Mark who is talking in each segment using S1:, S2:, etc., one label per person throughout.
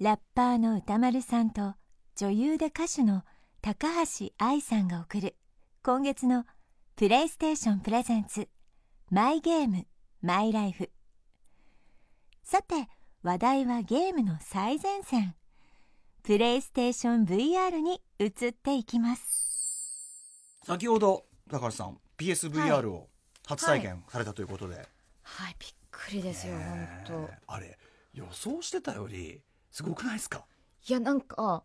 S1: ラッパーの歌丸さんと女優で歌手の高橋愛さんが送る今月のプレイステーションプレゼンツマイゲームマイライフさて話題はゲームの最前線プレイステーション VR に移っていきます
S2: 先ほど高橋さん
S1: はい
S2: PSVR を初体験されたということで、
S3: はいびっくりですよ本
S2: ね
S3: 当
S2: あれ予想してたよりすごくないですか
S3: いやなんか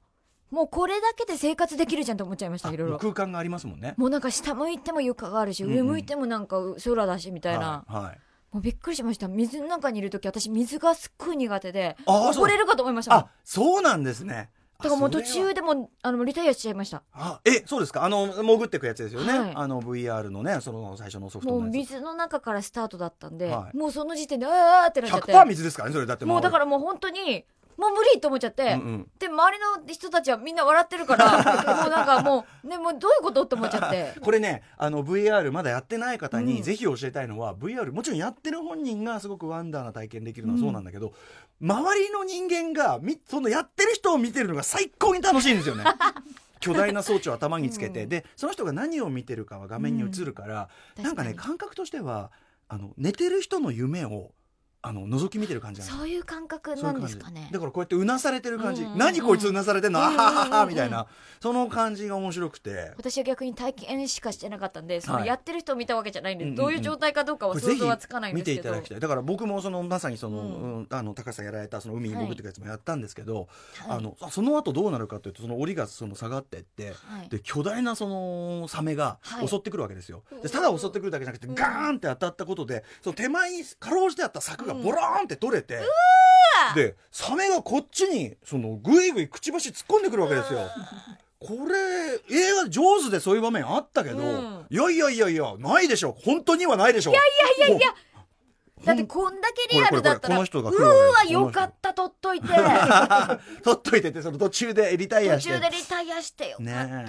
S3: もうこれだけで生活できるじゃんと思っちゃいましたいろい
S2: もう
S3: ろ
S2: 空間がありますもんね
S3: もうなんか下向いても床があるし、
S2: うんうん
S3: 上向いてもなんか空だしみたいな、
S2: はい、はい
S3: もうびっくりしました水の中にいる時私水がすっごい苦手で
S2: ああそう
S3: 溺れるかと思いましたもん
S2: あそうなんですね
S3: だからもう途
S2: あそれは
S3: 中でもうあのリタイアしちゃいました
S2: あえそうですかあの潜ってくやつですよね、
S3: はい
S2: あの VR のねその最初のソフ
S3: も
S2: ト
S3: う
S2: のやつ
S3: 水の中からスタートだったんで、
S2: はい
S3: もうその時点であーってなっちゃって
S2: 100%水ですからねそれだって
S3: もうだかららもう本当にもう無理と思っちゃって、
S2: うんうん
S3: で周りの人たちはみんな笑ってるからもうなんかもうねもうどういうことって思っちゃって
S2: これねあの VR まだやってない方
S3: う
S2: に
S3: ん
S2: ぜひ教えたいのは、VR もちろんやってる本人がすごくワンダーな体験できるのはそうなんだけど、周りの人間がみそのやってる人を見てるのが最高に楽しいんです よね。巨大な装置を頭につけて、
S3: うん
S2: でその人が何を見てるかは画面に映るから、 なんかね
S3: 確
S2: 感覚としてはあの寝てる人の夢をあの覗き見てる感じなんですよ
S3: そういう感覚なんですかね
S2: だからこうやってうなされてる感じ、
S3: うんうんうん
S2: 何こいつうなされてんの、あはは
S3: うんうん
S2: は
S3: うん
S2: みたいなその感じが面白くて
S3: 私は逆に体験しかしてなかったんでそ
S2: は
S3: の
S2: い
S3: やってる人を見たわけじゃないんで、
S2: うんうんうん
S3: どういう状態かどうか
S2: こ
S3: は
S2: れ
S3: 想
S2: ぜひ
S3: 像はつかないんで
S2: 見
S3: す
S2: て
S3: け
S2: い
S3: ど
S2: ただきたいだから僕もそのまさにその、
S3: う
S2: うんんあの高橋さんやられたその海に
S3: はい
S2: 潜ってくやつもやったんですけど、
S3: はい
S2: あのあその後どうなるかというとその檻がその下がってって。
S3: はい
S2: で巨大なそのサメが
S3: はい
S2: 襲ってくるわけですよ、
S3: うわ
S2: でただ襲ってくるだけじゃなくて
S3: ん
S2: ガーンって当たったことでその手前にかろうじてあった柵がボローンって取れて、でサメがこっちにそのぐいぐいくちばし突っ込んでくるわけですよ。これ映画「ジョーズ」でそういう場面あったけど、
S3: うん
S2: いやいやいやいやないでしょ本当にはないでしょいやいやいやいや
S3: だってこんだけリアルだったら
S2: これこれこれこの人が来
S3: う
S2: るわ
S3: ーわ
S2: けです
S3: よかった取っといて
S2: 取っといててその途中でリタイ
S3: 途
S2: アして
S3: 中でリタイアしてよかった、
S2: ね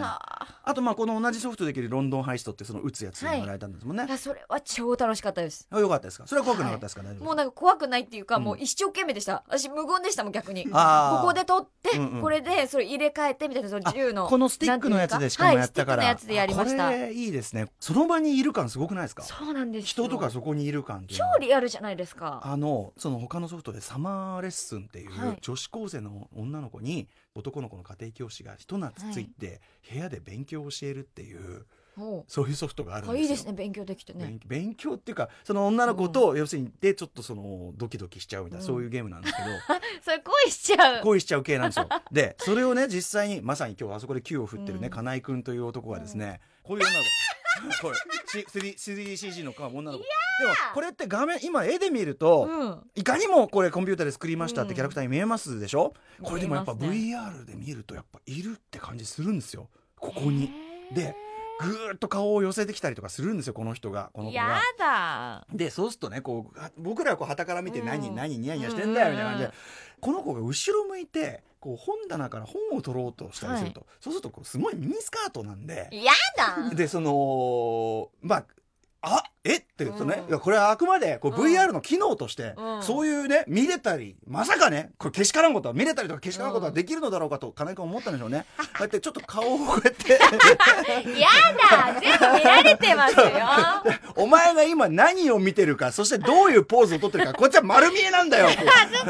S2: あとまあこの同じソフトできるロンドンハイストってその打つやつも
S3: はい
S2: やられたんですもんね、
S3: いやそれは超楽しかったです
S2: あよかったですかそれは怖くなかったですか、大丈夫
S3: もうなんか怖くないっていうか、
S2: うん
S3: もう一生懸命でした私無言でしたもん逆にこ
S2: あー
S3: こで取って、
S2: うんうん
S3: これでそれ入れ替えてみたいなその銃の
S2: あこのスティックのやつでしかもやったから、
S3: なんていうかはい、スティックのやつでや
S2: あ
S3: りま
S2: これいいですねその場にいる感すごくないですか
S3: したそうなんですよ
S2: 人とかそこにいる感っていう
S3: 超
S2: のは
S3: リアルじゃないですか
S2: あのその他のソフトでサマーレッスンっていう
S3: はい
S2: 女子高生の女の子に男の子の家庭教師がひと夏ついて部屋で勉強を教えるっていう
S3: も
S2: そういうソフトがあるん
S3: う
S2: です
S3: あ
S2: よ。
S3: いいですね勉強できてね
S2: 勉勉強っていうかその女の子と要するにでちょっとそのドキドキしちゃうみたいな、
S3: うん
S2: そういうゲームなんですけど、
S3: それ恋しちゃう
S2: 恋しちゃう系なんですよ。でそれをね実際にまさに今日あそこで球を振ってるね、
S3: うん
S2: 金井君という男がですね、こういう女の子。 これ 3- 3DCG の女の子でもこれって画面今絵で見ると、
S3: うん
S2: いかにもこれコンピューターで作りましたってキャラクターに見えますでしょ、
S3: うん
S2: これでもやっぱ
S3: 見え
S2: VR で見るとやっぱいるって感じするんですよここにでぐーっと顔を寄せてきたりとかするんですよこの人がこの子
S3: や
S2: が。
S3: だ
S2: でそうするとねこうは僕らはこう傍から見て
S3: うん
S2: 何、何ニヤニヤしてんだよ
S3: うん
S2: みたいな感じで、この子が後ろ向いてこう本棚から本を取ろうとしたりすると、そうするとこうすごいミニスカートなんで。
S3: やだ
S2: でそのまああえって言うとね、
S3: うん
S2: いやこれはあくまでこう
S3: うん
S2: VR の機能として、
S3: うん
S2: そういうね見れたりまさかねこれけしからんことは見れたりとかけしからんことはできるのだろうかと金井君は思ったんでしょう ねこうやってちょっと顔をこうやって
S3: やだ全部見られてますよ
S2: お前が今何を見てるかそしてどういうポーズをとってるかこっちは丸見えなんだよ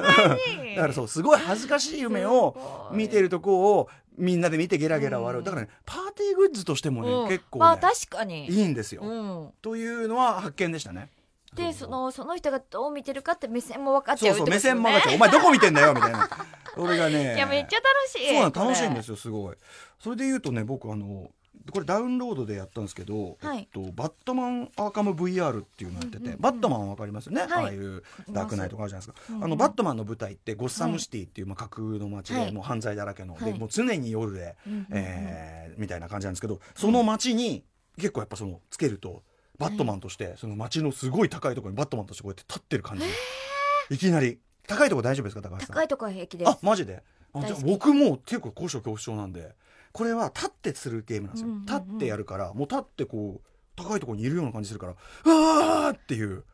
S2: だからそうすごい恥ずかしい夢を見てるとこをみんなで見てゲラゲラ笑う、
S3: うん
S2: だからねパーティーグッズとしてもね、
S3: うん
S2: 結構ね、
S3: まあ確かに
S2: いいんですよ、
S3: うん
S2: というのは発見でしたね。
S3: でそのその人がどう見てるかって目線も分かっち
S2: そ
S3: ゃ
S2: う
S3: う
S2: そ
S3: ってこ
S2: う
S3: と
S2: 目
S3: ですよね
S2: 線も上がっちゃうお前どこ見てんだよみたいな俺がね
S3: いやめっちゃ楽しい
S2: そうなの楽しいんですすよすごいそれで言うとね僕あのこれダウンロードでやったんですけど、
S3: はい
S2: えっと、バットマンアーカム VR っていうのやってて、バットマンはわかりますよね、
S3: はい
S2: ああいうダークナイトがあるじゃないですか、
S3: うんうん
S2: あのバットマンの舞台ってゴッサムシティっていう、まあ、架空の街で、
S3: はい
S2: もう犯罪だらけの、
S3: はい
S2: でもう常に夜で、
S3: うんうんうん
S2: えーみたいな感じなんですけどその街に結構やっぱそのつけるとバットマンとして、その街のすごい高いところにバットマンとしてこうやって立ってる感じ、いきなり高いとこ大丈夫ですか高橋さん
S3: 高いとこは平気です
S2: あマジであじゃあ
S3: 大好き
S2: 僕もう結構高所恐怖症なんでこれは立ってするゲームなんですよ、
S3: うんうんうん
S2: 立ってやるからもう立ってこう高いところにいるような感じするからうわーっていう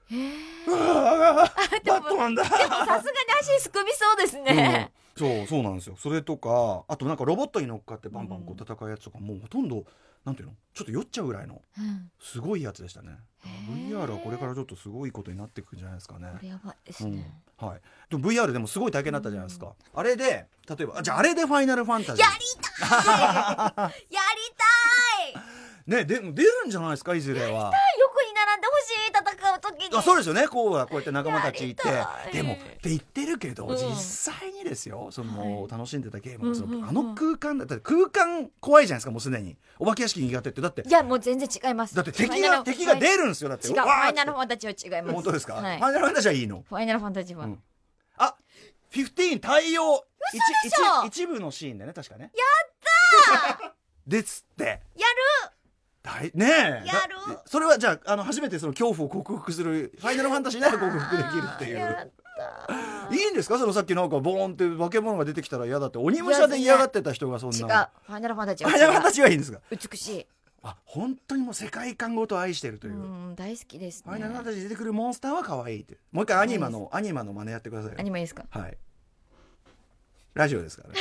S2: うわーバットマンだ
S3: さすがに足すくみそうです ね。
S2: うんそうそうなんですよそれとかあとなんかロボットに乗っかってバンバンこう戦うやつとか、もうほとんどなんていうのちょっと酔っちゃうぐらいの
S3: うん
S2: すごいやつでしたねだから
S3: へー
S2: VR はこれからちょっとすごいことになっていくんじゃないですかね
S3: これやばいです
S2: う
S3: ね
S2: ん。はい、でも VR でもすごい体験だったじゃないですか、あれで例えばあじゃああれで「ファイナルファンタジー」
S3: やりたい。
S2: ねで出るんじゃないですかいずれは
S3: 横に並んでほしい戦う時に。
S2: あそうですよねこうはこうやって仲間たちいて
S3: やりたい
S2: でもって言ってるけど、
S3: うん
S2: 実際にですよその、
S3: はい
S2: 楽しんでたゲームがその
S3: うんうんうん
S2: あの空間だだって空間怖いじゃないですかもうすでにお化け屋敷苦手ってだって
S3: いやもう全然違います。
S2: だって敵
S3: ファイナ
S2: が
S3: ル
S2: 敵が出るんですよだって
S3: 違う。
S2: う
S3: フ
S2: わーっ
S3: ァ
S2: て
S3: イナルファンタジーは違います。
S2: 本当ですか、
S3: はい
S2: ファイナルファンタジーはいいの
S3: ファイナルファンタジーは。
S2: うんあフィフティーン対応一
S3: しょ
S2: 一一部のシーンでね確かねやったーですって
S3: や
S2: だいねえや
S3: る
S2: それはじゃああの初めてその恐怖を克服するファイナルファンタジーなら克服できるってい
S3: る。や
S2: う
S3: ったー。
S2: いいんですかそのさっきなんかボーンって化け物が出てきたら嫌だって鬼武者で嫌がってた人がそん
S3: 違う。フ
S2: な
S3: ァイナルファンタジー
S2: ファイナルファン
S3: は
S2: タジーはいいんですか
S3: 違う。美しい。
S2: あ本当にもう世界観ごと愛してると
S3: う
S2: いう、フ
S3: ん大好きです
S2: ァイナルファン
S3: ね。
S2: タジーに出てくるモンスターは可愛いってもう一回アニマのアニマの真似やってくださいよ
S3: アニメですか。
S2: はい。ラジオですからね。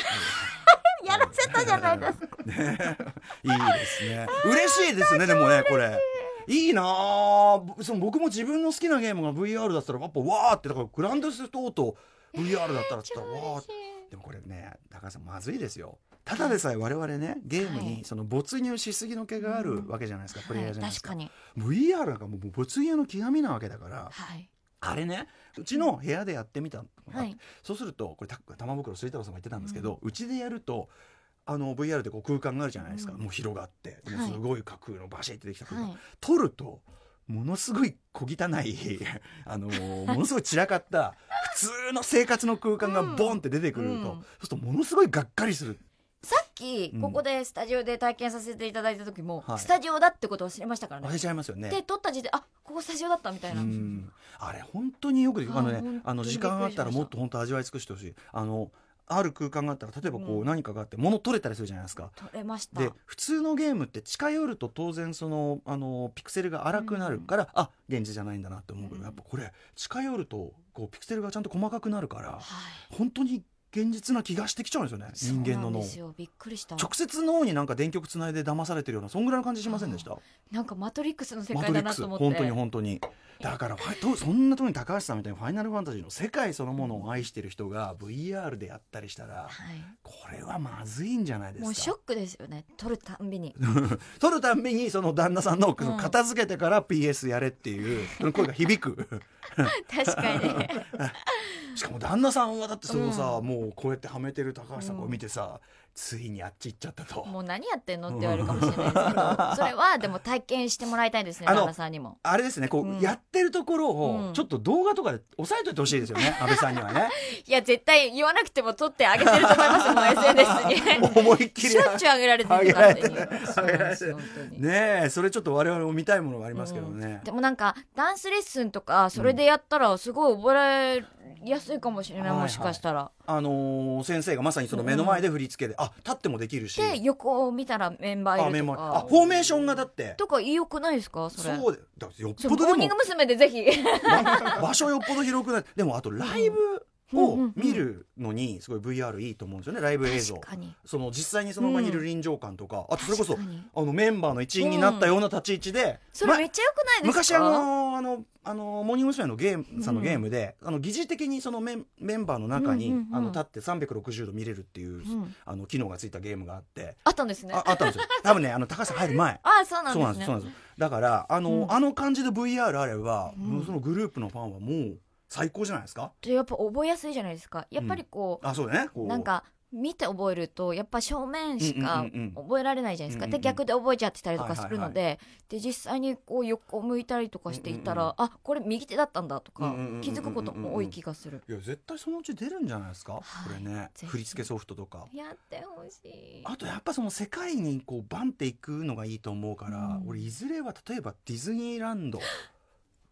S3: やらせたじゃないですか。
S2: いいですね。嬉しいですね、でもね、これ。いいなあぼその僕も自分の好きなゲームが VR だったら、やっぱわーって、だからグランドセフトオート VR だったら、ちょっとわーって。でもこれね、高橋さん、まずいですよ。ただでさえ我々ね、ゲーム
S3: はい
S2: にその没入しすぎの毛があるわけじゃないですか、プレイ
S3: は
S2: ヤーじ
S3: い
S2: ゃないです
S3: 確
S2: か。
S3: かに。
S2: VR なんかもう没入の極みなわけだから、
S3: はい。
S2: あれね、うちの部屋でやってみたのがあって
S3: はい
S2: そうするとこれた玉袋すいたろうさんが言ってたんですけどうち、でやるとあの VR でこう空間があるじゃないですか、
S3: うん
S2: もう広がっても
S3: は
S2: う
S3: い
S2: すごい架空のバシッてできた空間、
S3: はい
S2: 撮るとものすごい小汚い あのーものすごい散らかった普通の生活の空間がボンって出てくると、
S3: うん
S2: そうするとものすごいがっかりする
S3: さっきここでスタジオで体験させていただいた時も、
S2: はい
S3: スタジオだってことを知りましたから
S2: 忘
S3: ね
S2: れ。ちゃいますよね。
S3: で撮った時点あここスタジオだったみたいうな。
S2: ん、あれ本当によくでき
S3: はい
S2: あのね
S3: 本当に
S2: あの時間あったらもっと本当味わい尽くしてほしいあのある空間があったら例えばこ
S3: う
S2: うん何かがあって物取れたりするじゃないですか、
S3: 撮れました。
S2: で普通のゲームって近寄ると当然そのあのピクセルが荒くなるから、あ現実じゃないんだなって思うけど、
S3: うん
S2: やっぱこれ近寄るとこうピクセルがちゃんと細かくなるから
S3: はい。
S2: 本当に現実な気がしてきちゃうんですよね人間
S3: そうな
S2: の
S3: ん
S2: 脳
S3: ですよびっくりした
S2: 直接脳になんか電極つないで騙されてるようなそんぐらいの感じしませんでした
S3: なんかマトリックスの世
S2: マ
S3: 界
S2: トリ
S3: だ
S2: ック
S3: な
S2: ス
S3: と思って
S2: 本当に本当にだからファイとそんなとこに高橋さんみたいにファイナルファンタジーの世界そのものを愛してる人が VR でやったりしたら
S3: はい、
S2: これはまずいんじゃないですか
S3: もうショックですよね撮るたん びに
S2: 撮るたんびにその旦那さんの片付けてから PS やれっていう、その声が響 く
S3: 確かにね
S2: しかも旦那さんはだってそのさ、もうこうやってはめてる高橋さんを見てさ、ついにあっち行っちゃったと。
S3: もう何やってんのって言われるかもしれない ですけどそれはでも体験してもらいたいですね
S2: あの
S3: 旦那さんにも
S2: あれですねこう、
S3: うん
S2: やってるところを
S3: うん
S2: ちょっと動画とかで押さえといてほしいですよね、安倍さんにはね
S3: いや絶対言わなくても撮ってあげてると思います もう SNS に
S2: 思いっきり
S3: しょっちゅうあげられてるからそうなんですよ本当に
S2: ねえそれちょっと我々も見たいものがありますけどね、
S3: でもなんかダンスレッスンとかそれでやったらすごい覚えやすいかもしれない、
S2: はいはい
S3: もしかしたら、
S2: あのー先生がまさにその目の前で振り付けで、あ立ってもできるし
S3: で横を見たらメンバー
S2: あ
S3: い
S2: 目
S3: る
S2: の
S3: と
S2: 前
S3: か
S2: あフォーメーションがだって
S3: とか良くないですかそれ
S2: そうでだってよっ
S3: ちょ
S2: ぽど
S3: モ
S2: で
S3: ーニン
S2: も
S3: グ娘。でぜひ
S2: 場 所よっぽど広くないでもあとライブ
S3: うんう
S2: を
S3: ん
S2: 見るのにすごい VR いいと思うんですよねライブ映像
S3: 確かに
S2: その実際にその場にいる臨場感とか、あとそれこそ
S3: 確かに
S2: あのメンバーの一員になったような立ち位置で、
S3: それ
S2: ま
S3: めっちゃ良くないです
S2: 昔
S3: か
S2: あのあのあのモーニング娘。のゲームさんのゲームで、あの疑似的にそのメンメンバーの中に、
S3: うんうんうん
S2: あの立って360度見れるっていう、
S3: ん
S2: あの機能がついたゲームがあって、
S3: あったんですね
S2: あ
S3: あ
S2: あったんですよ多分ねあの高橋さん入る前
S3: そう
S2: そうな
S3: なんん
S2: で
S3: ですす
S2: そうな
S3: ね
S2: んですだからあの、
S3: うん
S2: あの感じで VR あれば、
S3: うん
S2: もうそのグループのファンはもう最高じゃないですか
S3: でやっぱ覚えやすいじゃないですかやっぱりこ
S2: あそうだね
S3: う、
S2: こう
S3: なんか見て覚えるとやっぱ正面しか
S2: うんうんうんうん
S3: 覚えられないじゃないですか、
S2: うんうんうん
S3: で逆で覚えちゃってたりとかするので、
S2: は
S3: で実際にこう横を向いたりとかしていたら、
S2: うんう
S3: あこれ右手だったんだと
S2: う
S3: か、
S2: んうんうんうんうん
S3: 気づくことも多い気がする、
S2: いや絶対そのうち出るんじゃないですか、
S3: はい
S2: これね
S3: ぜひ
S2: 振り付けソフトとか
S3: やってほしい
S2: あとやっぱその世界にこうバンっていくのがいいと思うから、
S3: うん
S2: 俺いずれは例えばディズニーランド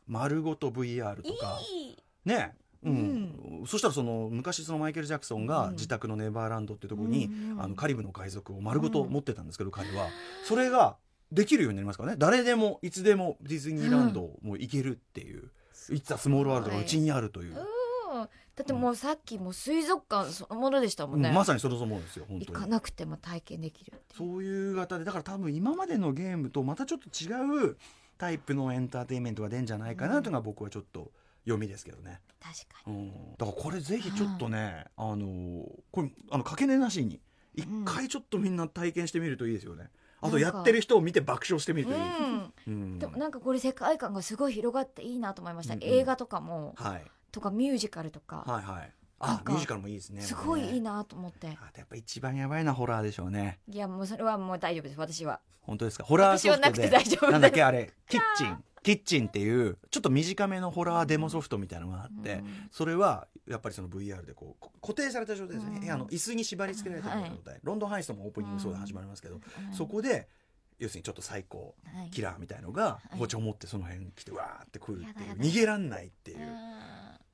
S2: 丸ごと VR とか
S3: いい
S2: ねうんそしたらその昔そのマイケル・ジャクソンが
S3: うん
S2: 自宅のネバーランドってとこに、
S3: うんうん
S2: あのカリブの海賊を丸ごと持ってたんですけど、彼はそれができるようになりますからね誰でもいつでもディズニーランドも行けるっていう「いつはスモールワールド」がうちにあるという、
S3: うんだってもうさっきもう水族館そのものでしたもんね、
S2: うんまさにそれそもですよ本
S3: 行
S2: 当
S3: か
S2: に。
S3: なくても体験できるっていう
S2: そういう型でだから多分今までのゲームとまたちょっと違うタイプのエンターテインメントが出んじゃないかなというのが僕はちょっと読みですけどね。
S3: 確か
S2: う
S3: に
S2: ん、だからこれぜひちょっとね、あのこれあのかけねなしに一回ちょっとみんな体験してみるといいですよね。あと
S3: な
S2: や
S3: んか
S2: ってる人を見て爆笑してみるといい。
S3: う
S2: うん
S3: ん、でもなんかこれ世界観がすごい広がっていいなと思いました、
S2: うんうん
S3: 映画とかも
S2: はい
S3: とかミュージカルとか、
S2: はいはい。
S3: な
S2: あ
S3: んか
S2: ミュージカルもいいですね。
S3: すごいいい
S2: な。
S3: なと思って、
S2: あとやっぱ一番やばいなホラーでしょうね。
S3: いやもうそれはもう大丈夫です私は
S2: 本当ですかホラーソフト
S3: 私はなくて
S2: で
S3: 大丈夫で す
S2: なんだっけあれキッチンキッチンっていうちょっと短めのホラーデモソフトみたいなのがあって、
S3: うん
S2: それはやっぱりその VR でこうこ固定された状態ですね、
S3: うん
S2: 部屋の椅子に縛り付けられたような状態、ロンドンハイストもオープニングそうで始まりますけど、そこで要するにちょっと最高
S3: はい
S2: キラーみたいのが
S3: い
S2: 包丁持ってその辺に来てわーって来るってい
S3: や
S2: う
S3: だやだ
S2: 逃げらんないっていううん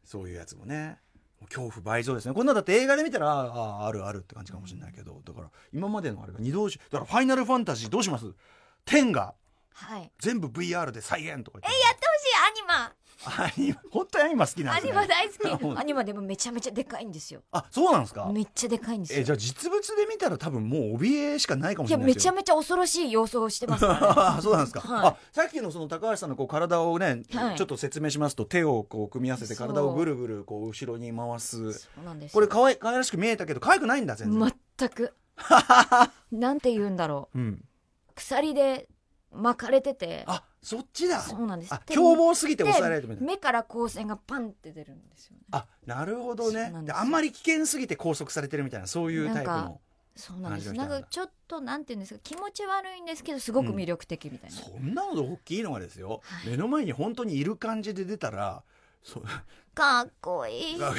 S2: そういうやつもねもう恐怖倍増ですねこんなのだって映画で見たらあーあーあるあるって感じかもしれないけどだから今までのあれが二度しだから「ファイナルファンタジー」どうします ?10 が
S3: はい欲しい
S2: 全部 VR で再現とか言って
S3: アニマ
S2: アニメ本当にアニマ好きなんで
S3: ア
S2: す
S3: ニ
S2: ね
S3: マ大好
S2: ほん
S3: きアニマでもめちゃめちゃでかいんですよ
S2: あそうなんですか
S3: めっちゃでかいんです
S2: え
S3: よ
S2: じゃあ実物で見たら多分もう怯えしかないかも
S3: い
S2: しれ
S3: や
S2: ない
S3: め
S2: です
S3: ちゃ
S2: よ
S3: めちゃ恐ろしい様相をしてますからね
S2: あそうなんですか、
S3: はい
S2: あさっきのその高橋さんのこう体をね、
S3: はい
S2: ちょっと説明しますと手をこう組み合わせて
S3: そう
S2: 体をぐるぐるこう後ろに回す
S3: そうなんですよ
S2: これかわい可愛らしく見えたけど可愛くないんだ全然、
S3: 全く なんて言うんだろ
S2: うん、
S3: う鎖で巻かれてて
S2: あそっちだ
S3: そうなんです
S2: あ
S3: 手に
S2: 凶暴すぎて抑えられてみたいな
S3: 目から光線がパンって出るんですよね
S2: あなるほど
S3: そ
S2: ね
S3: うなん
S2: で
S3: です
S2: あんまり危険すぎて拘束されてるみたいなそういうタイプ
S3: なん
S2: の
S3: そうなんです
S2: 感じの
S3: な
S2: 人
S3: ん
S2: なんだ
S3: かちょっとなんて言うんですか気持ち悪いんですけどすごく魅力的みたいな、
S2: そんなので大きいのがですよ、
S3: はい
S2: 目の前に本当にいる感じで出たらそう
S3: かっこいい
S2: いや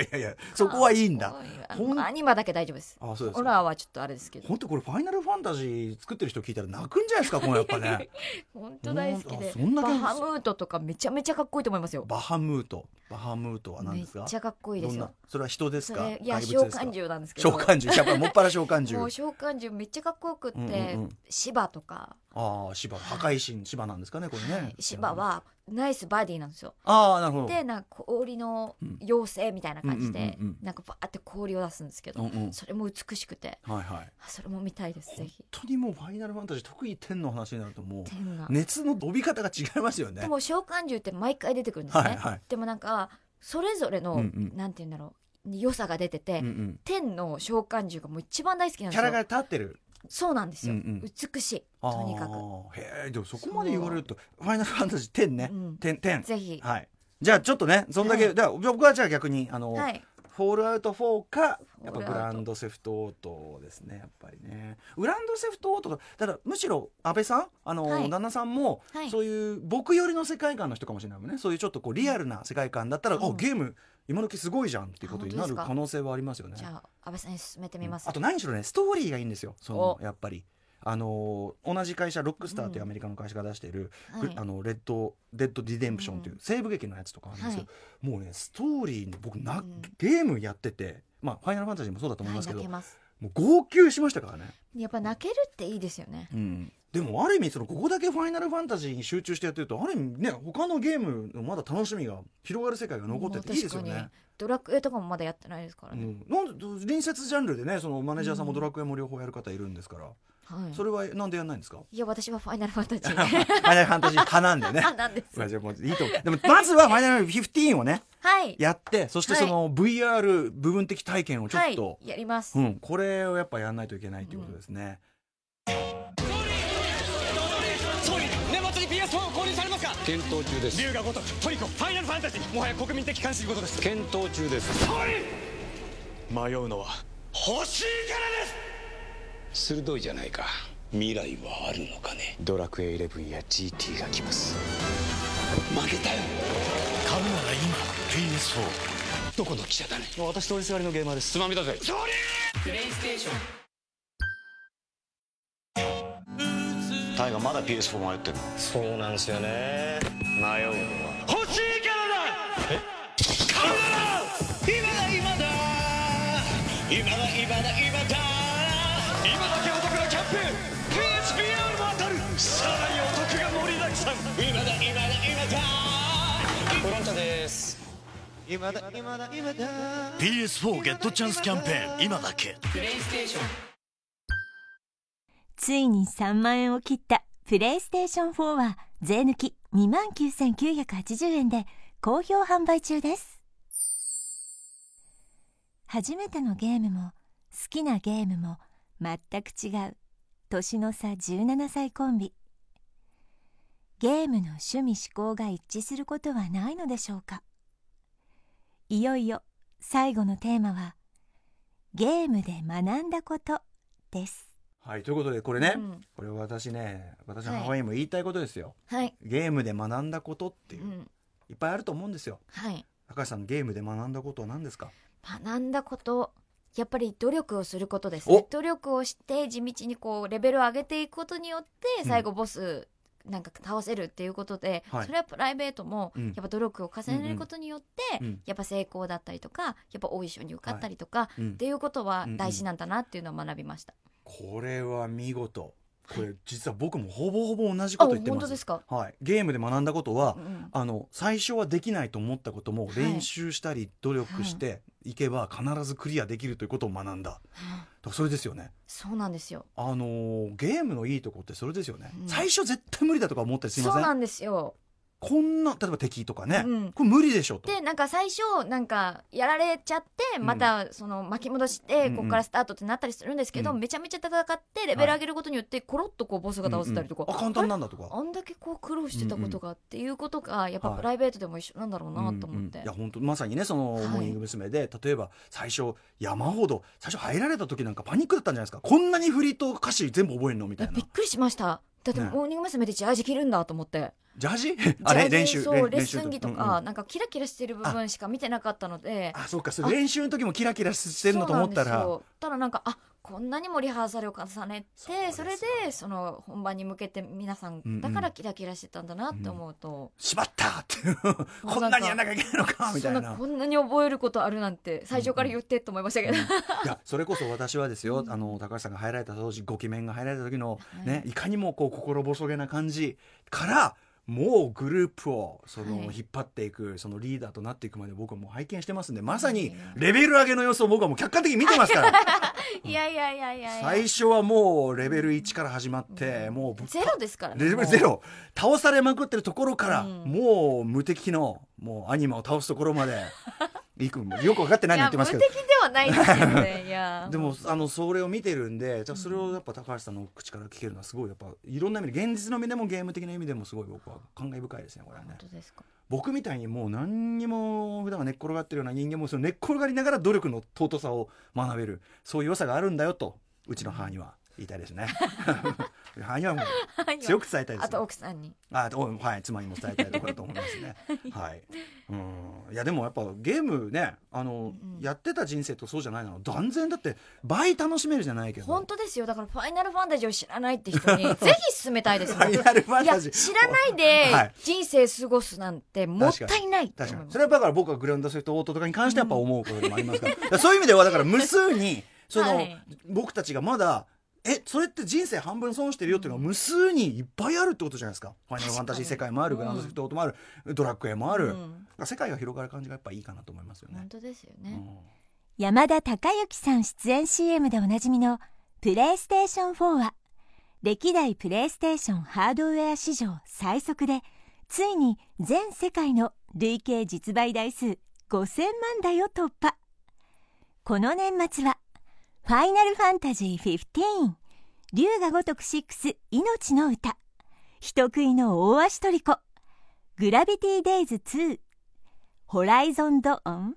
S2: いやいやそこはいいんだ
S3: かっこいい
S2: ほん
S3: アニマだけ大丈夫です
S2: あそうですか
S3: ホラーはちょっとあれですけど
S2: 本当これ「ファイナルファンタジー」作ってる人聞いたら泣くんじゃないで すかこのやっぱね
S3: 本当大好き
S2: あ
S3: で
S2: そんな
S3: バ
S2: 感じ
S3: ハムートとかめちゃめちゃかっこいいと思いますよ
S2: バハムートバハムートは何
S3: め
S2: ですか
S3: っちゃかっこいいです
S2: どん
S3: よ
S2: なそれは人です
S3: そ
S2: か
S3: れいや
S2: 怪
S3: 召
S2: 物ですか
S3: 喚獣なんですけ
S2: 召
S3: ど
S2: 喚獣やっぱりもっぱら召喚
S3: も
S2: 獣
S3: う召喚獣めっちゃかっこよくって、
S2: うんうんうん
S3: 芝とか、
S2: ああ芝破壊神芝なんですかねこれね、
S3: はい芝はナイスバディなんですよ
S2: ああなるほど
S3: でなんか氷の妖精みたいな感じで、
S2: うんうんうんうん
S3: なんかバーって氷を出すんですけど、
S2: うんうん
S3: それも美しくて
S2: はいはい
S3: あそれも見たいですぜ
S2: 本
S3: ひ
S2: 当にもう「ファイナルファンタジー」特に天の話になるともう
S3: 天が、
S2: 熱の飛び方が違いますよ
S3: で
S2: ね
S3: も召喚獣って毎回出てくるんですね、
S2: はいはい
S3: でもなんかそれぞれの、
S2: うんうん
S3: なんて言うんだろう良さが出てて、
S2: うんうん
S3: 天の召喚獣がもう一番大好きなん
S2: キ
S3: です
S2: ャ
S3: よ
S2: ラが立ってる
S3: そうなんですよ、
S2: うんうん
S3: 美しい
S2: あ
S3: とにかく
S2: ーへえでもそこまで言われると「ファイナルファンタジー10ね」
S3: うん
S2: 天天
S3: ぜひ
S2: はい。じゃあちょっとね、そんだけ、
S3: はい
S2: じゃあ僕はじゃあ逆にあの、
S3: はい
S2: フォールアウト4か、やっ
S3: フォ
S2: ぱ
S3: ールアウ
S2: グ
S3: ト
S2: ランドセフトオートですね、やっぱりね。グランドセフトオートだ、だからむしろ安倍さん、あの、
S3: はい
S2: 旦那さんも、
S3: はい
S2: そういう僕寄りの世界観の人かもしれないもんね。そういうちょっとこうリアルな世界観だったら、
S3: うん
S2: あゲーム今の時すごいじゃんっていうことにな
S3: あ本
S2: る
S3: 当ですか
S2: 可能性はありますよね
S3: じ。ゃあ安倍さんに進めてみます、
S2: あと何しろねストーリーがいいんですよその
S3: お
S2: やっぱりあのー同じ会社ロックスターというアメリカの会社が出している、
S3: はい
S2: あのレッド・デッド・ディデンプションというう西部劇のやつとかあるんですけど、もうねストーリーの僕な、
S3: うん
S2: ゲームやっててまあファイナルファンタジーもそうだと思い
S3: は
S2: ま
S3: い
S2: すけ
S3: 泣
S2: ど、
S3: けます
S2: もう号泣しましたからね、
S3: やっぱ泣けるっていいですよね
S2: でもある意味そのここだけファイナルファンタジーに集中してやってるとある意味ね他のゲームのまだ楽しみが広がる世界が残ってていいですよ
S3: もう確
S2: ね
S3: かに。ドラクエとかもまだやってないですから
S2: う
S3: ね、
S2: ん、なんで隣接ジャンルでねそのマネージャーさんもドラクエも両方やる方いるんですから、
S3: はい
S2: それはなんでやんないんですか
S3: いや私はファイナルファンタジ
S2: フ ァ
S3: ー
S2: イナルファンタジー派なんでね
S3: あ。なんです
S2: まあじゃあもういいと思うでもまずはファイナルフィフティーンをね
S3: はい
S2: やってそしてその VR 部分的体験をちょっと、
S3: はい、やります、
S2: うん、これをやっぱやんないといけないっていうことですね。
S4: 総理年末に PS4 を購入されますか検討中です龍が如くトリコファイナルファンタジーもはや国民的関心事です検討中です総理迷うのは欲しいからです鋭いじゃないか未来はあるのかねドラクエ11や GT が来ます負けたよ買うなら今 PS4 どこの記者だね私通りすがりのゲーマーですつまみだぜ総理
S5: タイガーまだ PS4 迷ってるの
S4: そうなんすよね
S5: 迷うよ
S4: 欲しいからだえ買うなら
S5: 今だ今だ今だ今だ今だ
S4: 今だけお得なキャンペーン PSPR も当たるさらにお得が盛りだくさん今だ今だ今だフロントです
S5: 今だ今だ今だ
S6: PS4 ゲットチャンスキャンペーン今だけ
S1: ついに3万円を切ったプレイステーション4は税抜き29,980円で好評販売中です初めてのゲームも好きなゲームも全く違う年の差17歳コンビゲームの趣味嗜好が一致することはないのでしょうかいよいよ最後のテーマは「ゲームで学んだこと」です
S2: はいということでこれね、
S3: うん
S2: これ私ね私の
S3: はい
S2: 母親にも言いたいことですよ、
S3: はい。
S2: ゲームで学んだことっていうう、
S3: ん。
S2: いっぱいあると思うんですよ
S3: はい。
S2: 高橋さんゲームで学んだことは何ですか
S3: 学んだことやっぱり努力をすることですね
S2: お
S3: 努力をして地道にこうレベルを上げていくことによって最後ボスなんか倒せるっていうことで、
S2: はい
S3: それはプライベートも
S2: うん
S3: やっぱ努力を重ねることによって、
S2: うんうん
S3: やっぱ成功だったりとかやっぱオーディションに受かったりとか、
S2: いうん
S3: っていうことは大事なんだなっていうのを学びました、
S2: これは見事これ実は僕もほぼほぼ同じこと言ってます
S3: あ本当ですか
S2: はい、ゲームで学んだことは、
S3: うん
S2: あの最初はできないと思ったことも
S3: い
S2: 練習したり努力していけば必ずクリアできるということを学んだ、だからそれですよね
S3: そうなんですよ
S2: あのーゲームのいいとこってそれですよね、
S3: うん
S2: 最初絶対無理だとか思ったりすいま
S3: そう
S2: せん
S3: なんですよ
S2: こんな例えば敵とかね、
S3: うん
S2: これ無理でしょと
S3: でなんか最初なんかやられちゃって
S2: うん
S3: またその巻き戻して
S2: うん
S3: ここからスタートってなったりするんですけど、
S2: うん
S3: めちゃめちゃ戦ってレベル上げることによってコロッとこうボスが倒せたりとか、
S2: うんうんあ簡単なんだと
S3: あ
S2: か
S3: れあんだけこう苦労してたことがっていうことがやっぱ
S2: はい
S3: プライベートでも一緒なんだろうなと
S2: うん
S3: 思
S2: う
S3: っ
S2: ん
S3: て、
S2: いや本当まさにねその
S3: はい
S2: モーニング娘。で、例えば最初山ほど最初入られた時なんかパニックだったんじゃないですかこんなに振りと歌詞全部覚えるのみたい
S3: び
S2: な
S3: っくりしましただって
S2: ね
S3: モーニング娘。でジャージ着るんだと思って
S2: ジャージ あれ
S3: ジャー
S2: 練
S3: ジ
S2: 習
S3: そう
S2: 練
S3: レッ
S2: 練
S3: ス
S2: 習
S3: ン着と
S2: うんうん
S3: か、なんかキラキラしてる部分しか見てなかったので
S2: あそうかそれ練習の時もキラキラしてるのと思ったら
S3: そうなんですよただなんかあこんなにもリハーサルを重ねて
S2: そ
S3: そう
S2: ですよ
S3: れでその本番に向けて皆さ
S2: うんうん
S3: んだからキラキラしてたんだなって思うと、
S2: しまったっていう
S3: う
S2: こんなにやんなきゃいけないのかみた
S3: そ
S2: い
S3: ん
S2: な
S3: なこんなに覚えることあるなんて最初から言ってと思いましたけど、
S2: いやそれこそ私はですよ、あの高橋さんが入られた当時ご鬼面が入られた時の、ねいかにもこう心細げな感じからもうグループをその
S3: はい
S2: 引っ張っていく、そのリーダーとなっていくまで僕はもう拝見してますんでまさにレベル上げの様子を僕はもう客観的に見てますから
S3: いやいやいやいやいや
S2: 最初はもうレベル1から始まって、もうぶっ
S3: ゼロですからね
S2: レベ
S3: もう
S2: ルゼロ倒されまくってるところから、
S3: うん
S2: もう無敵のもうアニマを倒すところま でいくよく分かってない
S3: い
S2: の言
S3: や
S2: って
S3: 無
S2: ます
S3: 敵
S2: け
S3: で
S2: ど
S3: はないですけど ねいや
S2: でもあのそれを見てるんでじゃあそれをやっぱ高橋さんの口から聞けるのはすごいやっぱいろんな意味で現実の意味でもゲーム的な意味でもすごい僕は感慨深いですねこれはね
S3: 本当ですか
S2: 僕みたいにもう何にも普段は寝っ転がってるような人間もその寝っ転がりながら努力の尊さを学べるそういう良さがあるんだよとうちの母には言いたいです ね母にはもう強く伝えたいですね
S3: あと奥さんに
S2: あおはい妻にも伝えたいところだと思います ね。はい、うんいやでもやっぱゲームねあの、やってた人生とそうじゃないの断然だって倍楽しめるじゃないけど
S3: 本当ですよだから「ファイナルファンタジー」を知らないっ て人にぜひ勧めたいです
S2: フ ァイナルファン
S3: いや
S2: タジー
S3: 知らない
S2: はい
S3: で人生過ごすなんてもったいないって
S2: 確か
S3: 思い
S2: に
S3: ま
S2: そ
S3: す
S2: れはだから僕はグランドセフトオートとかに関してやっぱ思うことでもありますから,、そういう意味ではだから無数 にその、
S3: はい
S2: 僕たちがまだえそれって人生半分損してるよっていうのは無数にいっぱいあるってことじゃないですか「ファイナルファンタジー」世界もある「グランドセフトオート」もある「ドラクエ」もある、
S3: うん
S2: だから世界が広がる感じがやっぱいいかなと思いますよね
S3: 本。当ですよね、
S2: うん
S1: 山田孝之さん出演 CM でおなじみのプレイステーション4は歴代プレイステーションハードウェア史上最速でついに全世界の累計実売台数5000万台を突破この年末は「ファイナルファンタジー15」「龍が如く6命の歌」「人食いの大足トリコ」「グラビティ・デイズ2」「ホライゾン・ド・オン」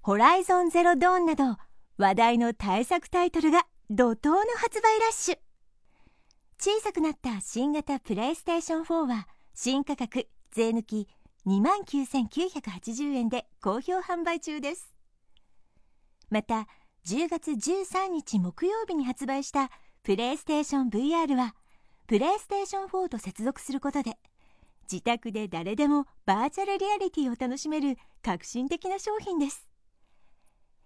S1: ホライゾンゼロドーンなど話題の大作タイトルが怒涛の発売ラッシュ小さくなった新型プレイステーション4は新価格税抜き29,980円で好評販売中ですまた10月13日木曜日に発売したプレイステーション VR はプレイステーション4と接続することで自宅で誰でもバーチャルリアリティを楽しめる革新的な商品です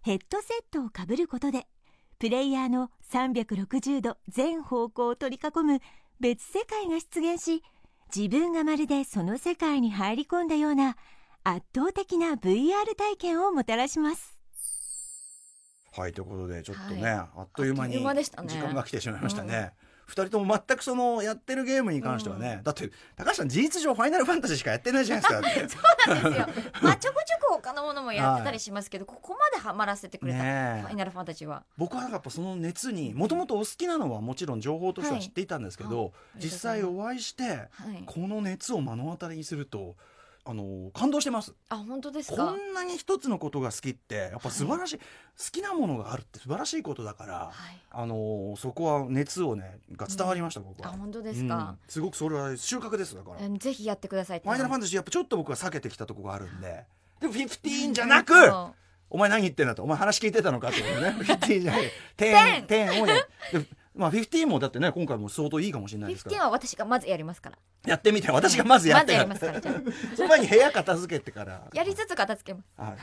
S1: ヘッドセットをかぶることでプレイヤーの360度全方向を取り囲む別世界が出現し自分がまるでその世界に入り込んだような圧倒的な VR 体験をもたらします
S2: はいということでちょっとね、
S3: はい
S2: あっという間に
S3: あっという間でしたね
S2: 時間が来てしまいましたね。二人とも全くそのやってるゲームに関してはね、だって高橋さん事実上ファイナルファンタジーしかやってないじゃないですかだって。
S3: そうなんですよ。 まあちょこちょこ他のものもやってたりしますけど、ここまでハマらせてくれた、
S2: ねえ
S3: ファイナルファンタジーは。
S2: 僕はなんかやっぱその熱にもともとお好きなのはもちろん情報としては
S3: はい
S2: 知っていたんですけ
S3: は
S2: ど、
S3: い
S2: 実際お会いして
S3: はい。
S2: この熱を目の当たりにするとあの感動してます
S3: あ本当です
S2: こ
S3: か。
S2: んなに一つのことが好きってやっぱ素晴らしい、好きなものがあるって素晴らしいことだから、
S3: はい。
S2: あのそこは熱をねが伝わりました、僕
S3: あ
S2: は。
S3: 本当ですか。
S2: うんすごくそれは収穫ですだから、フ
S3: うんぜひやってくださいって。
S2: ァイナルファンタジーやっぱちょっと僕は避けてきたとこがあるんででもフィフティーンじゃなく
S3: そう
S2: お前何言ってんだとお前話聞いてたのかってことねフィフティーンじゃな くて
S3: 10
S2: 10をやでまあフィフティーンもだってね今回も相当いいかもしれないですか
S3: 15
S2: ら
S3: は私がまずやりますから。
S2: やってみて私がまずやって
S3: はいまずや りますから
S2: その前に部屋片付けてから
S3: やりつつ片付けます。
S2: はい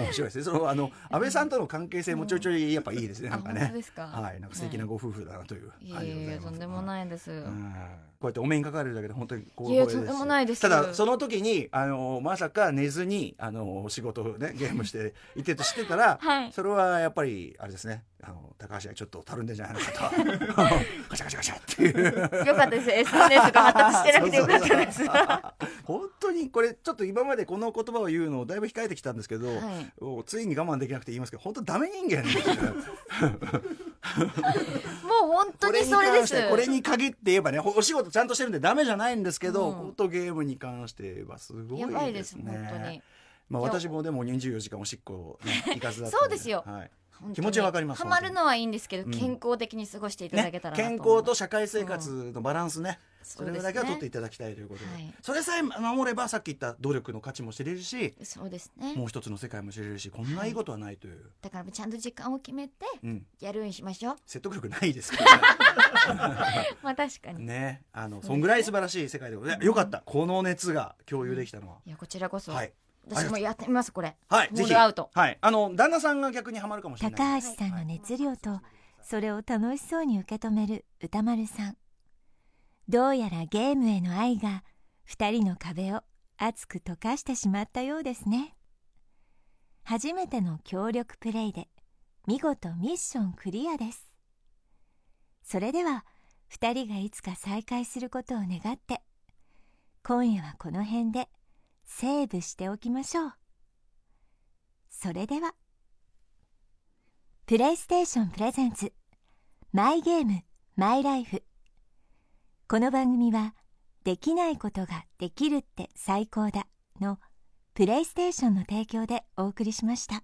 S2: 面白いですねそのあ の安倍さんとの関係性もちょいちょいやっぱいいですね、
S3: うん
S2: なんか
S3: あ本当で
S2: ね
S3: すか
S2: はいなんか素敵なご夫婦だなという、
S3: い
S2: あ
S3: や
S2: りが
S3: いやいや
S2: とうございます
S3: とんでもないです。
S2: うんこうやってお目にかかれるだけで本当にこう
S3: いや
S2: 光栄
S3: とんで
S2: し
S3: もないです
S2: ただその時にあのまさか寝ずにあの仕事をねゲームしていてとしてたら、
S3: はい
S2: それ はやっぱりあれですねあの高橋がちょっとたるんでんじゃないのかとあの ガチャガチャガチャっていう
S3: よかったです。SNS が発達してなくてよかったで
S2: そ
S3: す。
S2: うそう そう本当にこれちょっと今までこの言葉を言うのをだいぶ控えてきたんですけど、
S3: はい
S2: もうついに我慢できなくて言いますけど本当ダメ人間ですよ
S3: もう本当にそれ
S2: これに関
S3: です。
S2: してこれに限って言えばねおお仕事ちゃんとしてるんでダメじゃないんですけど、
S3: うん
S2: 本当ゲームに関して言えばすごいです
S3: や
S2: ね
S3: ばいです本当に。
S2: まあ
S3: いや
S2: 私もでも24時間おしっこ ね行かずだったん
S3: そうですよ
S2: はい
S3: 本当に
S2: 気持ちはわかります
S3: ハマるのはいいんですけど、
S2: うん
S3: 健康的に過ごしていただ
S2: ね
S3: けたら、な
S2: 健
S3: 思い
S2: 康
S3: ま
S2: と
S3: す
S2: 社会生活のバランスね、
S3: そ
S2: そう
S3: ですね
S2: れだけは取っていただきたいということでそ
S3: はい
S2: れさえ守ればさっき言った努力の価値も知れるし
S3: そうですね
S2: もう一つの世界も知れるしこんないいことはないという、
S3: だからちゃんと時間を決めて
S2: うん、
S3: やるようにしましょう
S2: 説得力ないですけどね
S3: まあ確かに、
S2: ねあのそんぐらい素晴らしい世界でございますよかったこの熱が共有できたのは、
S3: いやこちらこそ、
S2: はい
S3: 私もやってみますこれ
S2: はい
S3: モ
S2: ぜ
S3: ー
S2: ひ
S3: ルアウト
S2: はいあの旦那さんが逆にはまるかもしれない
S1: 高橋さんの熱量とそれを楽しそうに受け止める歌丸さんどうやらゲームへの愛が2人の壁を熱く溶かしてしまったようですね初めての協力プレイで見事ミッションクリアですそれでは2人がいつか再会することを願って今夜はこの辺でセーブしておきましょうそれではプレイステーションプレゼンツマイゲームマイライフこの番組はできないことができるって最高だのプレイステーションの提供でお送りしました